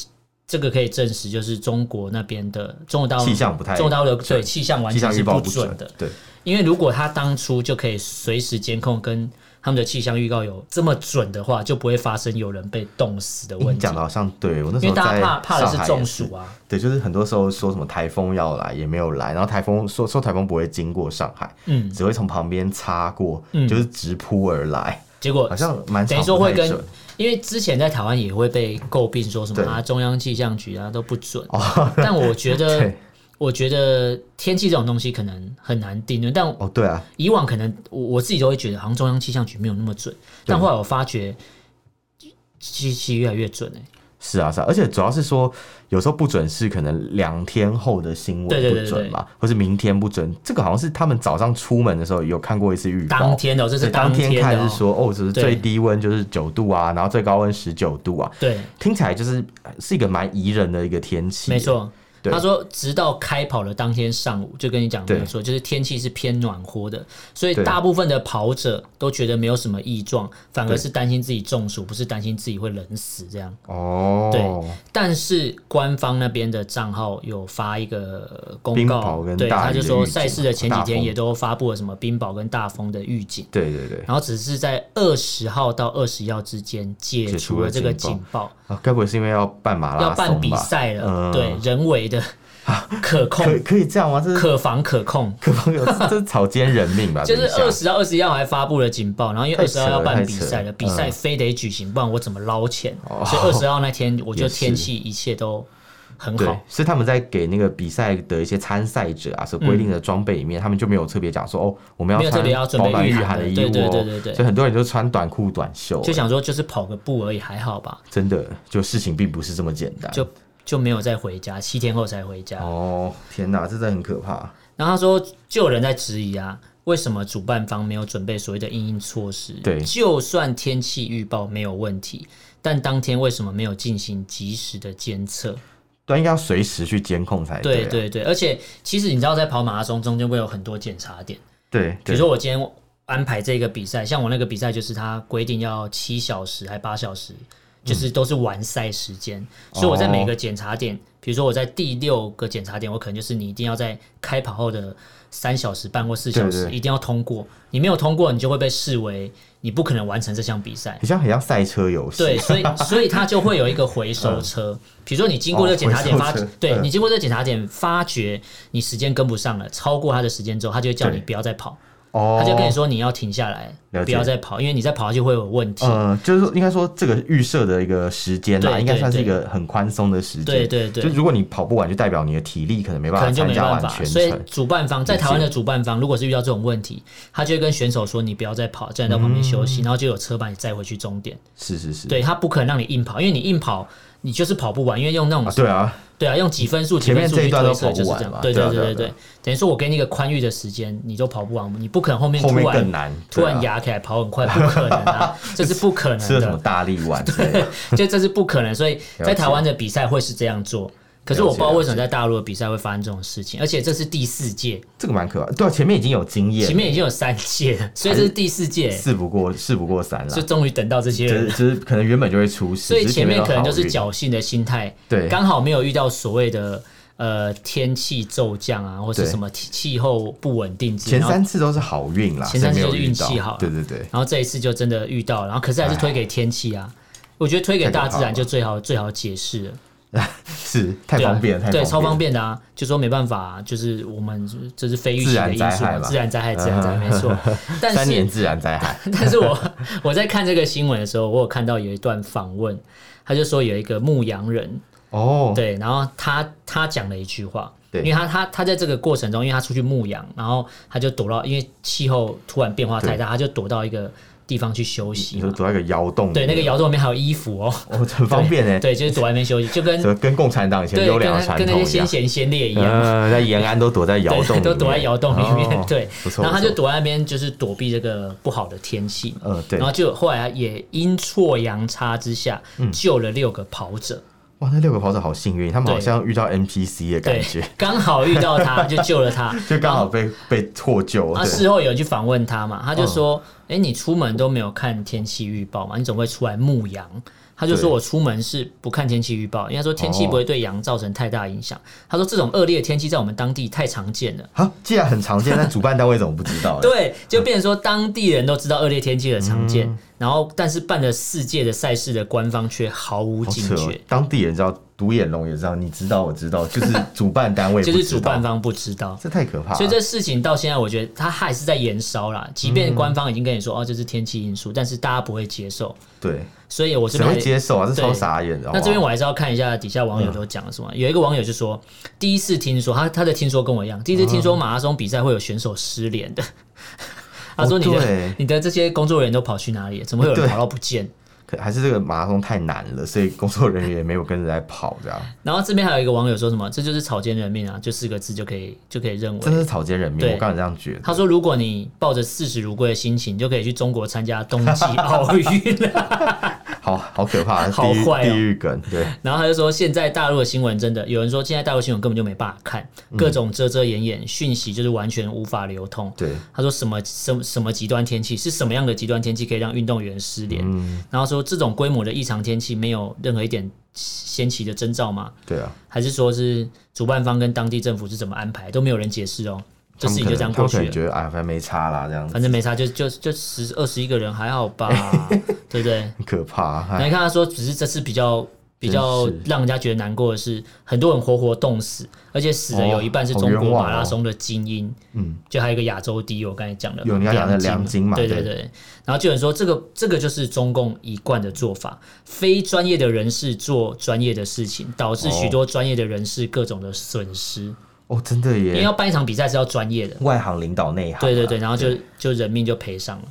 这个可以证实，就是中国那边的中国大陆
气象不太
中国大陆的
准
对气象完
气
全
象预
是
报不
准的，
对，
因为如果他当初就可以随时监控跟他们的气象预告有这么准的话，就不会发生有人被冻死的问
你
题
讲。的好像对我那时
因为
候
大
在
家怕怕的
上海
是
也
中暑啊，
对，就是很多时候说什么台风要来也没有来，然后台风说说台风不会经过上海，
嗯，
只会从旁边擦过，
嗯
就是直扑而来，
结果
好像蛮
等于
常
说
不
会
太
跟
准，
因为之前在台湾也会被诟病说什么
对哦
啊中央气象局啊都不准，但我觉得
[LAUGHS] 对
我觉得天气这种东西可能很难定论，但
哦，对啊，
以往可能我我自己都会觉得好像中央气象局没有那么准，但后来我发觉气气越来越准哎、
是啊，是啊，而且主要是说，有时候不准是可能两天后的新闻
对对对
不
对
准嘛，或是明天不准。这个好像是他们早上出门的时候有看过一次预报，
当天的哦这是
对当
天
天
的
看
哦
是说，哦，只是
对
最低温就是九度啊，然后最高温十九度啊，
对，
听起来就是是一个蛮宜人的一个天气。
没，错。
对
他说，直到开跑的当天上午，就跟你讲没有错，就是天气是偏暖和的，所以
对
大部分的跑者都觉得没有什么异状，反而是担心自己中暑，不是担心自己会冷死这样。
哦，
但是官方那边的账号有发一个公
冰雹
告，
跟
对，
大
他
雨
就
的
说
预警
赛事的前几
大
天
风
也都发布了什么冰雹跟大风的预警，
对对对，
然后只是在二十号到二十一号之间解
解除
除了
了
这个
警报
警报。
啊，该不会是因为要办马
要
拉
办
松
比
吧？
赛了，
嗯
对，人为的可
可 [LAUGHS]
控、
可以这样吗？这是
可防、可控。
可朋友，这是草菅人命
[LAUGHS]
吧？
就
等
是
一下
二十到二十一号还发布了警报，然后因为二
太
十
扯
号
了
要办比赛
太扯嗯
了，
了
比赛非得举行，不然我怎么捞钱？所以二十号那天，我觉得
[LAUGHS] 也是
天气一切都很
对
好，，
所以他们在给那个比赛的一些参赛者啊，所规定的装备里面，他们就没有特别讲说哦，我们
嗯没有
要
特
穿
别要准备
保暖
御
御
寒
寒
的
的衣
对
物
对
哦，
对对对
所以很多人就穿短裤短袖，
就想说就是跑个步而已，还好吧，
真的就事情并不是这么简单。
就就没有再回家，七天后才回家。
哦，天哪，这真的很可怕。
然后他说，就有人在质疑啊，为什么主办方没有准备所谓的应应措施？
对
就算天气预报没有问题，但当天为什么没有进行及时的监测？
对，应该要随时去监控才
对
对啊
对对，而且其实你知道，在跑马拉松中间会有很多检查点，
对，
比如说我今天安排这个比赛，像我那个比赛就是它规定要七小时还八小时，就是都是完赛时
嗯
间，所以我在每个检查
哦
点，比如说我在第六个检查点，我可能就是你一定要在开跑后的三小时半或四小时
对对
一定要通过，你没有通过，你就会被视为你不可能完成这项比赛。
[LAUGHS] 很像很像赛车游戏，
对，所以所以它就会有一个回收车。比如说你经过这个检查点
嗯哦
发，
回收车
对
嗯
你经过这个检查点发觉你时间跟不上了，超过它的时间之后，它就会叫你
对
不要再跑，
哦，
它就跟你说你要停下来，
了解
不要再跑，因为你再跑下去会有问题。
呃，就是说应该说这个预设的一个时间啦，
对
应该算是
对
一个很宽松的时间。
对对对
就如果你跑不完，就代表你的体力可能没办
可
法
能就
参
没
加
办
完
法，
全
所以
程。
主办方在台湾的主办方，如果是遇到这种问题，他就会跟选手说：“你不要再跑，叫你在旁边休
嗯
息。然后就有车把你载回去终点。
是是是，
对他不可能让你硬跑，因为你硬跑，你就是跑不完，因为用那种
啊，对啊，
对啊，用几分数、几
前面
分数
这
去
一段
推
都
测
跑
就是
不
这
完
样
嘛。
对
对啊
对
对啊
对
对啊
对，等于说我给你一个宽裕的时间，你就跑不完，你不可能后面
后
突
面更
然
难，
突然
对啊
压起来跑很快，不可能
[LAUGHS]
啊，这是不可能
吃了什么
的，
大力丸之类的， [LAUGHS]
就这是不可能。所以在
了解
台湾的比赛会是这样做，可是我不知道
了解
为什么在大陆的比赛会发生这种事情，而且这是第四届，
这个蛮可爱。对啊，前面已经有经验了，
前面已经有三届
[LAUGHS]
了，所以这是第四届，
事不过事不过三啦
就，终于等到这些
就
人
啊是
了。
就是可能原本就会出事，
所以
只是
前面
面
可能就是
脚
侥幸的心态，
对
刚好没有遇到所谓的呃天气骤降啊，或是
对
什么气气候不稳定之类
前
然后
三次都是好运啦，
前三次
所以没
就是
有遇
运
到
气好
对对对，
然后这一次就真的遇到了，然后可
哎
是还是推给天气啊。我觉得推给大自然就最好最好解释了，
是太
对啊
方便了，太
对，超方
方便
便的啊！就说没办法啊，就是我们这是非预期
自
的
然
因
灾
素
害
嘛，
嘛
自然灾害，自然灾害没错。但
[LAUGHS] 了，三年
是，
自然灾害，
[LAUGHS] 但是我我在看这个新闻的时候，我有看到有一段访问，他就说有一个牧羊人，
哦，
对，然后他他讲了一句话，
对
因为他他他在这个过程中，因为他出去牧羊，然后他就躲到，因为气候突然变化太大，他就躲到一个地方去休
你
息
说
嘛。
躲在一个窑洞里面，
对，那个窑洞里面还有衣服哦，
哦，很方便哎，
对，就是躲在那边休息，就跟
就跟共产党以前
对
优
跟
良的
他
传
跟那
统
些
一
先
样， [LAUGHS]
贤先烈一样。
呃，在延安都躲在窑洞
对，
里面，
都躲在窑洞里面，
哦
对
不，错，
然后他
不
就
错，
躲在那边，就是躲避这个不好的天气嘛，
呃，对
然，后就后来也阴错阳差之下
嗯
救了六个跑者，
哇，那六个跑者好幸运，他们
对
好像遇到 NPC 的感
对
觉，，
[LAUGHS] 刚好遇到他就救
[LAUGHS]
了他，
就刚好被被获救，
啊，
对，
事后有人去访问他嘛，他就
嗯
说：“哎、你出门都没有看天气预报嘛？你总会出来牧羊。”他就说：“
对哦
我出门是不看天气预报，因为他说天气不会对羊造成太大影响。他说：“这种恶劣的天气在我们当地太常见了。”
好，啊既然很常见，但主办单位怎么不
[LAUGHS]
知道呢？
对，就变成说当地人都知道恶劣天气的常
嗯
见，然后但是办了世界的赛事的官方却毫无
好
警
扯哦
觉，，
当地人知道，独眼龙也知道，你知道，我知道，就是
[LAUGHS]
主办单位
就是
不知道啊
主办，方不知道。
这太可怕了。
所以这事情到现在，我觉得它还是在延烧啦。即
嗯
便官方已经跟你说、哦，这是天气因素，但是大家不会接受。
对
所以我这
谁
边
会
还
接受啊？这
对
超傻眼的。好不
那
好
这边我还是要看一下底下网友都讲了什么。有一个网友就说，第一次听说他他的听说跟我一样，第一次听说马拉松比赛会有选手失联的。 [LAUGHS] 他说：“你的、
哦对
你的这些工作人员都跑去哪里？怎么会有人
对
跑到不见
可还是这个马拉松太难了，所以工作人员也没有跟着来跑，这样？” [LAUGHS]
然后这边还有一个网友说什么：“这就是草菅人命啊！”就四个字就可以就可以认
真
为。
的是草菅人
[LAUGHS]
命。
对
我刚才这样觉得。
他说：“如果你抱着视死如归的心情，就可以去中国参加冬季奥运啊了。” [LAUGHS]
好好可怕，
好
地狱
坏哦
地狱梗，对，
然后他就说，现在大陆的新闻真的有人说，现在大陆新闻根本就没办法看，各种遮遮掩掩，讯息就是完全无法流通。
对，
他说什么什么什么极端天气是什么样的极端天气可以让运动员失联？
嗯
然后说这种规模的异常天气没有任何一点先期的征兆吗？
对啊，
还是说是主办方跟当地政府是怎么安排都没有人解释哦，这
他
事情
们可
[LAUGHS] 就这
能
样
他
过
们
去
可能
了。
觉得哎，反正没差啦，这样子
反正没差，就就就十二十一个人还好
[LAUGHS]
吧，对不对？
很可怕。
那
哎
你看他说，只是这次比较比较
真是
让人家觉得难过的是，很多人活活冻死，而且死的有一半是中
哦好
国
冤枉哦
马拉松的精英，
嗯，
就还有一个亚洲第一，我刚才讲的，
有你刚才讲的梁晶嘛
对
对
对。然后就有人说，这个这个就是中共一贯的做法，非专业的人士做专业的事情，导致许多专业的人士各种的损失。
哦，真的
因为要
耶，
办一场比赛是要专业的，
外行领导内行啊。
对对对，然后就就人命就赔上了。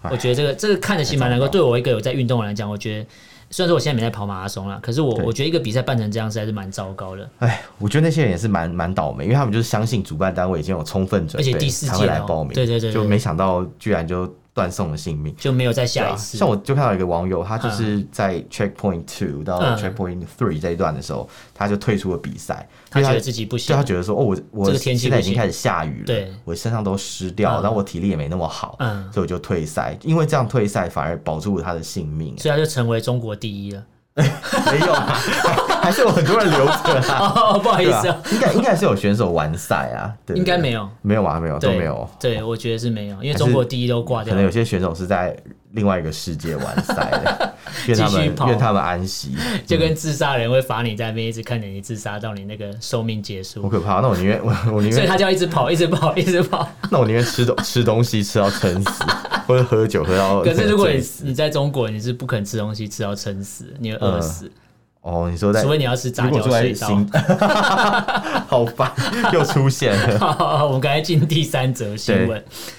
哎
我觉得这个这个看得起蛮难过，对我一个有在运动的人来讲，我觉得虽然说我现在没在跑马拉松啦，可是我
对
我觉得一个比赛办成这样实在是蛮糟糕的。
哎，我觉得那些人也是蛮蛮倒霉，因为他们就是相信主办单位已经有充分准备，
而且第四届哦
才会来报名，
对对对对
就没想到居然就断送了性命。
就没有再
对
下一
啊，
次。
像我就看到一个网友，他就是在 checkpoint two 到
嗯
checkpoint three 这一段的时候，他就退出了比赛，
他
因
觉
为
得自己不
对啊
行
他，觉得说，哦，我我
这个天气
现在已
不
经
行
开始下雨了，
对
我身上都湿掉，
嗯
然后我体力也没那么好，
嗯，
所以我就退赛，因为这样退赛反而保住了他的
[LAUGHS]
性命，
所以他就成为中国第一了。 [LAUGHS]
没有啊，还还是有很多人留着啊，
哦， [LAUGHS] 不好意
对
思啊
啊，，应该应该是有选手完赛啊，对，
应该没
有，
有，
没有啊，没有都
对，
没有，
对，我觉得是没有，因为
还
中
是
国第一都挂
可
掉
能有
了。
些选手是在另外一个世界完赛的，愿他
[LAUGHS] 继续
们
跑
愿他们安息，
就跟自杀人会罚你在那边一直看着你自杀到你那个寿命结
好
束，
可怕！那我宁愿我我宁
所以
愿
他就要一直跑，一直跑，一直跑。
那我宁愿吃东吃东西吃到撑死，或者喝酒喝到
可是如果你
醉死
你在中国，你是不肯吃东西吃到撑死，你会饿死，
哦，你说在
除非你要吃炸
如果
条
住在
水
新
稻。，
[LAUGHS] 好烦，又出现
[LAUGHS]
了。
我们刚才进第三则新闻，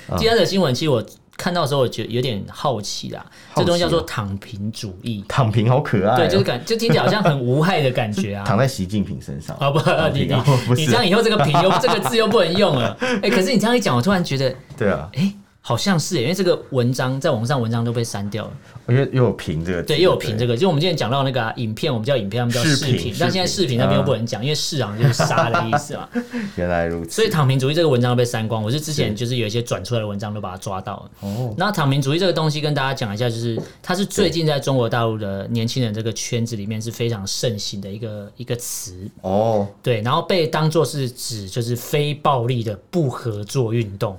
嗯
第三则新闻其实我看到的时候，我觉得有点好奇啦，
好
这
奇哦
东西叫做躺平主义，
躺平好可爱哦、
对，就是感就听起来好像很无害的感觉啊，
[LAUGHS] 躺在习近平身上。
啊不，你
平啊
你
不是
你这样以后这个“平”又这个字又不能用了。哎、可是你这样一讲，我突然觉得，
对啊，
哎、好像是耶，因为这个文章在网上文章都被删掉了。
因为又有平这个字，
对，又有“平”这个，就我们之前讲到那个啊、影片，我们叫影片，他们叫视
视频
频，
视
但现在
频
视频那边又
嗯
不能讲，因为“视”好像就是杀的意
[LAUGHS]
思嘛。
原来如此。
所以躺平主义这个文章被删光，我是之前
是
就是有一些转出来的文章都把它抓到了。
哦，
那躺平主义这个东西跟大家讲一下，就是它是最近在中国大陆的年轻人这个圈子里面是非常盛行的一个一个词。
哦， [LAUGHS]
对，然后被当作是指就是非暴力的不合作运动。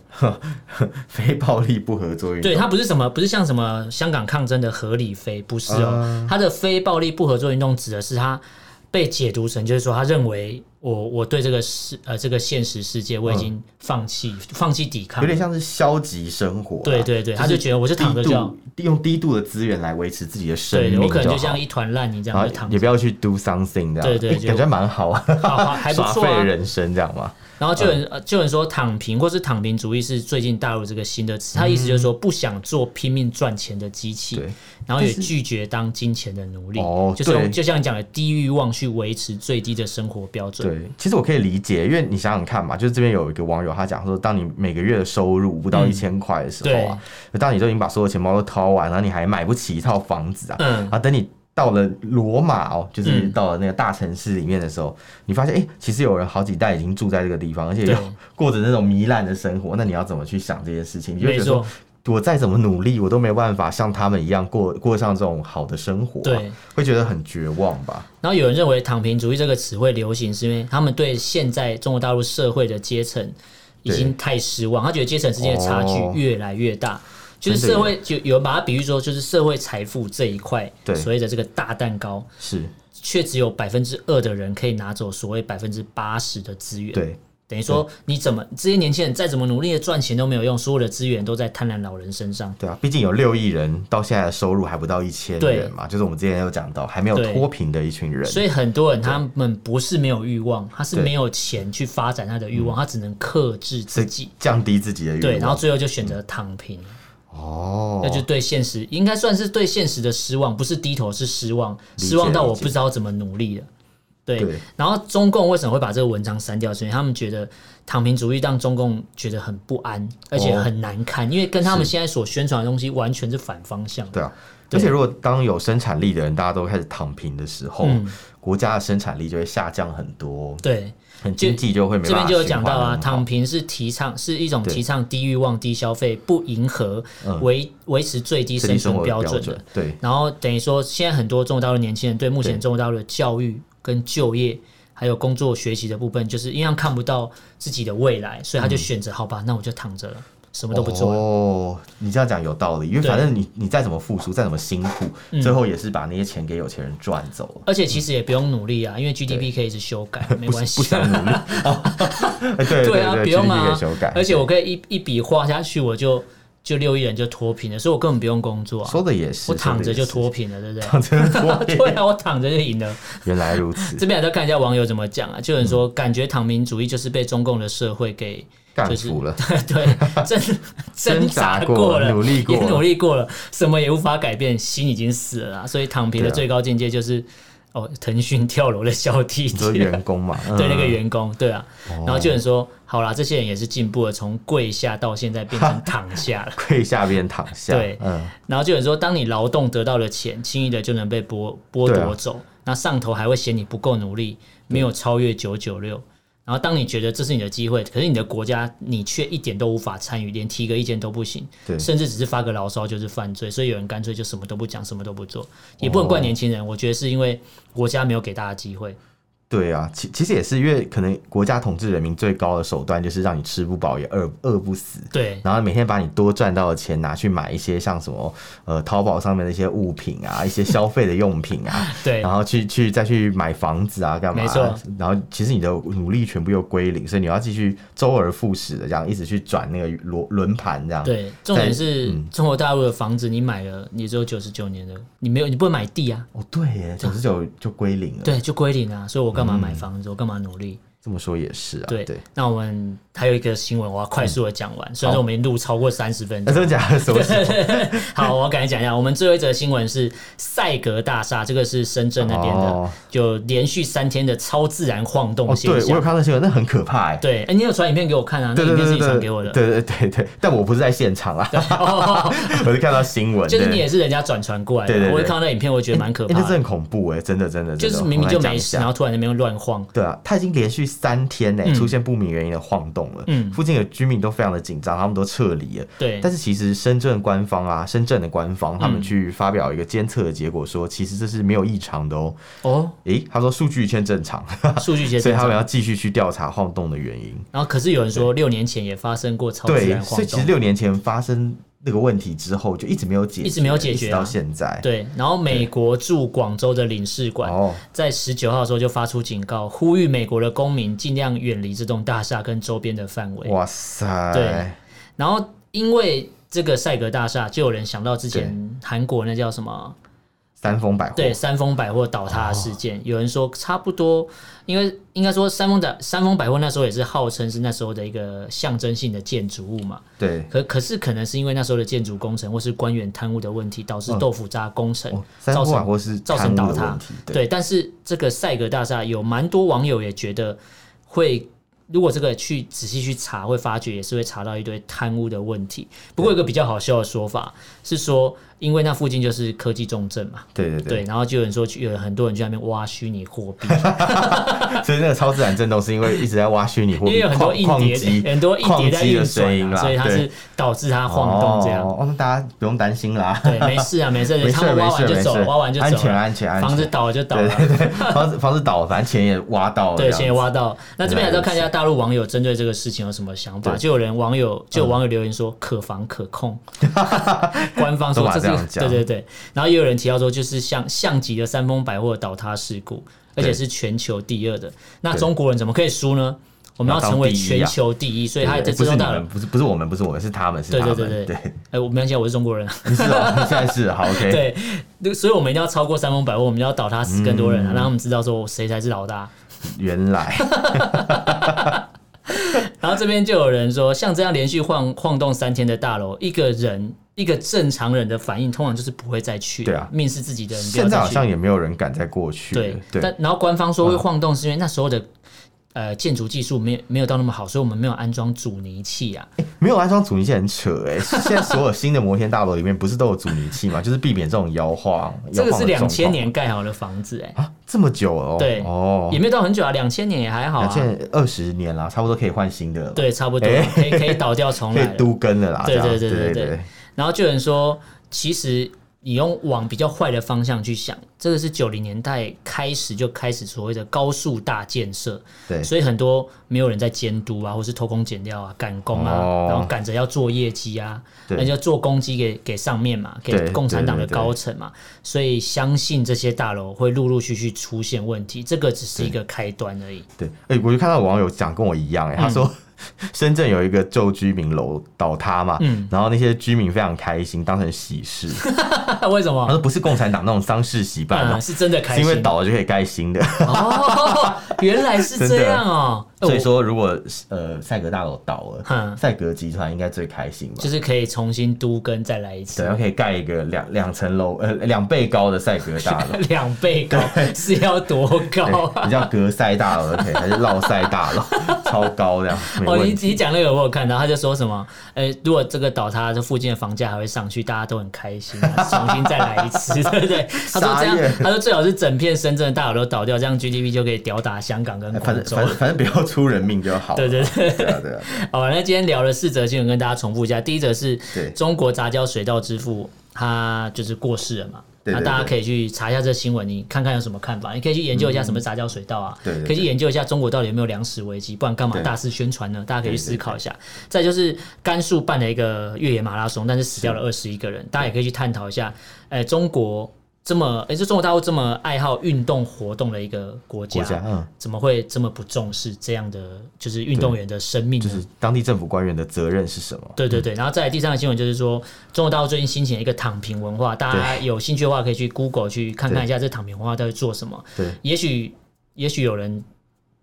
非暴力不合作运动。
对，它不是什么，不是像什么香港抗争的合理非，不是哦。
啊
它的非暴力不合作运动指的是它被解读成就是说，他认为我我对这个世呃这个现实世界我已经放弃、放弃抵抗
嗯有。点像是消极生活啊、
对对对，他就觉得我就躺着
低
就好
度，利用低度的资源来维持自己的生
对
命
对，我可能就
好啊
像一团烂泥这
然
样就
后
躺
也
着，
不要去 do something 这样，
对对
诶
就
感觉蛮好啊，
好好还不
[LAUGHS] 耍
错
废
啊。
人生这样嘛。
然后就有
嗯
人、呃就有人说躺平或是躺平主义是最近大陆这个新的词，他意思就是说不想做拼命赚钱的机器
对，
然后也拒绝当金钱的奴隶，
哦
就是用
对
就像你讲的低欲望去维持最低的生活标准。
对，其实我可以理解，因为你想想看嘛，就是这边有一个网友他讲说，当你每个月的收入不到
嗯
一千块的时候啊，当你都已经把所有钱包都掏完，然后你还买不起一套房子啊，
嗯
然后等你。到了罗马哦，就是
嗯
到了那个大城市里面的时候，你发现哎、诶其实有人好几代已经住在这个地方，而且
对
又过着那种糜烂的生活，那你要怎么去想这件事情？你就
没
觉得说
错，
我再怎么努力，我都没有办法像他们一样过过上这种好的生活、啊，
对，
会觉得很绝望吧？
然后有人认为“躺平主义”这个词会流行，是因为他们对现在中国大陆社会的阶层已经太失望，他觉得阶层之间的差距
哦
越来越大。就是
真的
社会就有人把它比喻说，就是社会财富这一块，
对
所谓的这个大蛋糕，
是
却只有百分之二的人可以拿走所谓百分之八十的资源。，
对，
等于说你怎么这些年轻人再怎么努力的赚钱都没有用，所有的资源都在贪婪老人身上。
对啊，毕竟有六亿人到现在的收入还不到一千
对
元嘛，就是我们之前有讲到还没有
对
脱贫的一群人，
所以很多人他们不是没有欲望，他是没有钱去发展他的欲望，他只能克制自己。
降低自嗯己的欲望。嗯
对，然后最后就选择躺平，
哦，
那就对现实应该算是对现实的失望，不是低头是失望，
理解
失望到我
理解
不知道怎么努力了。对，
对
然后中共为什么会把这个文章删掉？是因为他们觉得躺平主义让中共觉得很不安，而
哦
且很难看，因为跟他们现在所宣传的东西完全是反方向。
对啊。
对
而且，如果当有生产力的人，大家都开始躺平的时候，
嗯
国家的生产力就会下降很多，
对，
很经济就会没
这
办法。
边就有讲到啊，躺，平是提倡是一种提倡低欲望、低消费、不迎合、维维持最低
这
生
里嗯生
存
活的
标
标
准的
准。，对，
然后等于说，现在很多中国大陆年轻人对目前
对
中国大陆的教育跟就业。还有工作学习的部分，就是一样看不到自己的未来，所以他就选择、好吧，那我就躺着了，什么都不做了。
嗯哦，你这样讲有道理，因为
对嗯
反正你你再怎么付出，再怎么辛苦，最后也是把那些钱给有钱人赚走了。
而且其实也不用努力啊，因为 GDP 可以一直修改，没关系。
不想努力，哎 [LAUGHS] 对
对啊，
对，
不用
GDP 可以
啊
修改。，
[LAUGHS] 而且我可以一一笔画下去，我就就六亿人就脱贫了，所以我根本不用工作啊，
说的也是，
我躺着就
说
脱贫了，对不对？
的也是，躺着脱
[LAUGHS]
贫
对啊，我躺着就赢了。
原来
[LAUGHS]
如此，
这边还在看一下网友怎么讲啊，就有人
嗯
说感觉躺平主义就是被中共的社会给
干
就是 [LAUGHS]
服了。
对
[LAUGHS]
挣挣扎
扎过
过了，
努力过
也
了
努力过了，什么也无法改变，心已经死了啦所以躺平的
对啊
最高境界就是。哦，腾讯跳楼的小弟
你说
弟，
员工嘛，
[LAUGHS]
嗯
对那个员工，对啊，然后就有
哦
人说，好啦，这些人也是进步了，从跪下到现在变成躺下了。
跪下边躺下，
对
嗯，
然后就有人说，当你劳动得到的钱，轻易的就能被剥剥
对啊
夺走，那上头还会嫌你不够努力，没有超越九九六。然后当你觉得这是你的机会，可是你的国家你却一点都无法参与，连提个意见都不行，
对
甚至只是发个牢骚就是犯罪。所以有人干脆就什么都不讲，什么都不
哦
做，也不能怪年轻人。我觉得是因为国家没有给大家机
[LAUGHS]
会。
对啊，其其实也是因为可能国家统治人民最高的手段就是让你吃不饱也饿饿不死，
对，
然后每天把你多赚到的钱拿去买一些像什么呃淘宝上面的一些物品啊，一些消费的用品啊，
对
然后去去再去买房子啊，干嘛、
没错。
然后其实你的努力全部又归零，所以你要继续周而复始的这样一直去转那个轮轮盘这样。
对，重点
在
是
嗯
中国大陆的房子，你买了，你只有九十九年的，你没有，你不能买地啊，
哦，对耶，九十九就归零了。，
对，就归零啊。所以我干嘛买房子？我干嘛努力？
这么说也是啊。
对，
对。嗯
那我们还有一个新闻，我要快速的讲完，虽然说我们已经录超过三十分
那 [LAUGHS]
钟。
真的假的？什
[LAUGHS]
么时候？
好，我赶紧讲一下，我们最后一则新闻是赛格大厦，这个是深圳那边的，
哦
就连续三天的超自然晃动
哦，对
现
我有
象。
看到新闻，那很可怕哎。
对，哎、你有传影片给我看啊？那
对
影
对
片是
对
你
对
传给我的。
对对对对，但我不是在现场啊，
哦
[LAUGHS] 我是看到新闻。
就是
对
你也是人家转传过来的，
对对对
我一看到那影片，我觉得蛮可
欸
怕
那真的
的，
很恐怖哎、真的真的，
就
真的
是明明就
我们来讲
没
一
事，啊
下
然后突然在那边乱晃。
对啊，它已经连续三天呢、出现不明原因的晃动了，
嗯
附近的居民都非常的紧张，他们都撤离了。
对，嗯
但是其实深圳官方啊，深圳的官方他们去发表一个监测的结果说，其实这是没有异常的哦。
哦，
诶，他说数据圈正常，
数据结
所
正
以他
常
们。要继续去调查晃动的原因。
然后可是有人说，六年前也发生过超哦自
对
然，晃
所以其
动
实。六年前发生那个问题之后，就一直没有解决，
一直没有解决啊
一直到现在。
对，然后美国驻广州的领事馆
哦，
在十九号的时候就发出警告，呼吁美国的公民尽量远离这栋大厦跟周边的范围。
哇塞，
对然后因为这个赛格大厦，就有人想到之前韩国那叫什么？
三丰百货，
对，三丰百货倒塌的事
哦
件，有人说差不多，因为应该说三丰的三丰百货那时候也是号称是那时候的一个象征性的建筑物嘛。
对，
可可是可能是因为那时候的建筑工程或是官员贪污的问题，导致
嗯
豆腐渣工程
哦三
造
丰百
成
货是
造成
贪污
倒
的
塌
问题。。
对，但是这个赛格大厦有蛮多网友也觉得会。如果这个去仔细去查，会发觉也是会查到一堆贪污的问题。不过有一个比较好笑的说法是说，因为那附近就是科技重镇嘛，
对对对
对，然后就有人说去，有很多人去那边挖虚拟货
[LAUGHS]
币，
所以那个超自然震动是因为一直在挖虚拟货
因为
币
有很多
矿
硬
矿
碟，
机
很多硬碟
矿
在
机
运
的声音
转、
啦，
啊，所以它
对
是导致它晃动这样。
哦，哦那大家不用担心啦，
对，没事啊，没事，
[LAUGHS] 没
他
事
们
没
挖完
事
就
没事
走，了，挖完就走
安
了，
全安全安全，
房子倒了就倒
[LAUGHS] 对
了。
对对，房子房子倒了，反正钱也挖到了，
对，
这
先
样子
挖到。那这边还是要看一
原
下大陆网友针对这个事情有什么想法。
对嗯
就有人网友就有网友留言说可防可控， [LAUGHS] 官方
都
说
把
这
这
是
样讲
对对对。然后也有人提到说，就是像像极了三丰百货倒塌事故，而且
对
是全球第二的。那
对
中国人怎么可以输呢？我们要
要当
成为
第一啊
全球第一，所以他在
对
这
不是
种
你
大
们，不是不是我们，不是我们，是他们，是
对
他
对
们，
对
对，
哎，我没关系啊，我是中国人啊。
[LAUGHS] 你是哦，你现在
[LAUGHS]
是好 OK，
对，那所以我们一定要超过三丰百货，我们一定要倒塌死更多
嗯
人啊，让他们知道说谁才是老大。
原
[LAUGHS]
来
然后这边就有人说，像这样连续晃晃动三天的大楼，一个人一个正常人的反应，通常就是不会再去。
对啊
命是自己的人，不要
现在
再
好像
去。
也没有人敢再过去了，
对，
对
但然后官方说会晃动，是因为那时候的呃建筑技术没有没有到那么好，所以我们没有安装阻尼器啊。
没有安装阻尼器很扯哎、现在所有新的摩天大楼里面不是都有阻尼器嘛？就是避免这种摇晃。
这个是
摇晃
两
的状
千
况
年盖好的房子、哎、
啊，这么久了哦。
对
哦
也，没有到很久啊，两千年也还好
两
啊。
千二十年啦，差不多可以换新的了，，
对，差不多了，可以可以倒掉重
[LAUGHS] 可
来
以
了。
都更了啦。
对
这样
对对
对
对对然后就有人说，其实你用往比较坏的方向去想，这个是九零年代开始就开始所谓的高速大建设，
对
所以很多没有人在监督啊，或是偷工减料啊、赶工啊，
哦
然后赶着要做业绩啊，
对
那就做攻击给给上面嘛，给
对
共产党的
对对对
高层嘛，所以相信这些大楼会陆陆续续出现问题，这个只是一个开端而已。
对。哎、我就看到网友讲跟我
嗯
一样哎、他说。 [LAUGHS] 深圳有一个旧居民楼倒塌嘛，
嗯
然后那些居民非常开心，当成喜
[LAUGHS]
事。
为什
他
么？
说不是共产党那种丧事喜办
嗯，
哦，
是真的开
是因为
心
倒了就可以盖新的。
哦，原来是
[LAUGHS] 真
这
的
样哦。呃
所以
我
说，如果呃赛格大楼倒了，
哼
赛格集团应该最开心吧
就？是可以重新都跟再来一次
对，，它啊可以盖一个两两层楼，呃，两倍高的赛格大
[LAUGHS]
楼。
[LAUGHS] 两倍高是要多高
对，
啊？
你叫格赛大楼可以，还是绕赛大楼， [LAUGHS] 超高这样，没
[LAUGHS] 哦，你
问
你
题。
讲那个我有看到，他就说什么，呃，如果这个倒塌，这附近的房价还会上去，大家都很开心、
[LAUGHS]
啊，重新再来一次， [LAUGHS] 对不对？他说这
傻眼
样，他说最好是整片深圳的大楼都倒掉，这样 GDP 就可以吊打香港跟
哎
广
反正
州
反。正反正不要出人命就好。
[LAUGHS] 对对对，
对啊对啊，
[LAUGHS] 好吧，那今天聊了四则新闻，跟大家重复一下。第一则是
对
中国杂交水稻之父，他就是过世了嘛。
对对
那大家
对
可以去查一下这新闻，你看看有什么看法？你可以去研究一下什么杂交水稻啊，
对对对
可以去研究一下中国到底有没有粮食危机，不然干嘛
对
大肆宣传呢？大家可以去思考一下。再就是甘肃办了一个越野马拉松，但是死掉了二十一个人，大家也可以去探讨一下，哎、中国这么，哎、这中国大陆这么爱好运动活动的一个国家，
国家嗯
怎么会这么不重视这样的就是运动员的生命呢？
就是当地政府官员的责任是什么？
对对对，然后再来第三个新闻就是说，中国大陆最近兴起了一个躺平文化，大家有兴趣的话可以去 Google 去看看一下这躺平文化到底做什么。
对，
也许也许有人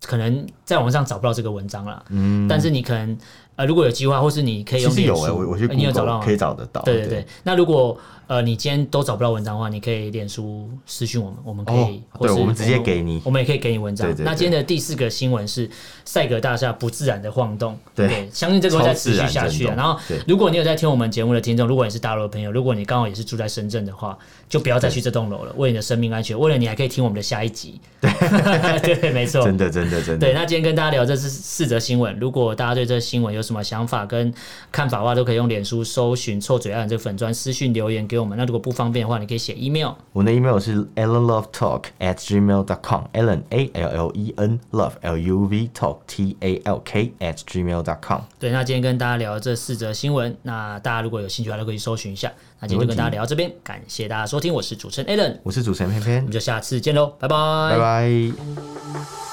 可能在网上找不到这个文章啦，嗯，但是你可能呃如果有计划，或是你可以
其
用
实
脸
有
书，
哎，我我去
呃你有找到
Google
吗
可？以找得到。
对对对，那如果呃你今天都找不到文章的话，你可以脸书私讯我们，我们可以，
哦
或是
对我们直接给你
我们也可以给你文章。
对对对
那今天的第四个新闻是赛格大厦不自然的晃动，
对
相信这个会再持续
超自
下
然
去啊。
震动
然后
对，
如果你有在听我们节目的听众，如果你是大陆的朋友，如果你刚好也是住在深圳的话，就不要再去这栋楼了，为你的生命安全，为了你还可以听我们的下一集。 [LAUGHS] 对，对，没错，
[LAUGHS] 真的真的真的
对，。那今天跟大家聊这是四则新闻。如果大家对这新闻有什么想法跟看法的话，都可以用脸书搜寻“臭嘴案”这个粉砖私讯留言给我们。那如果不方便的话，你可以写 email。
我的 email 是 allenlovetalk at gmail dot com [LAUGHS] allen a l l e n love l u v talk t a l k at gmail dot com。
对，那今天跟大家聊这四则新闻，那大家如果有兴趣的话，都可以搜寻一下。那今天就跟大家聊到这边，感谢大家收听，我是主持人 Alan，
我是主持人偏
我们
偏，
就下次见喽，拜拜
拜拜。
Thank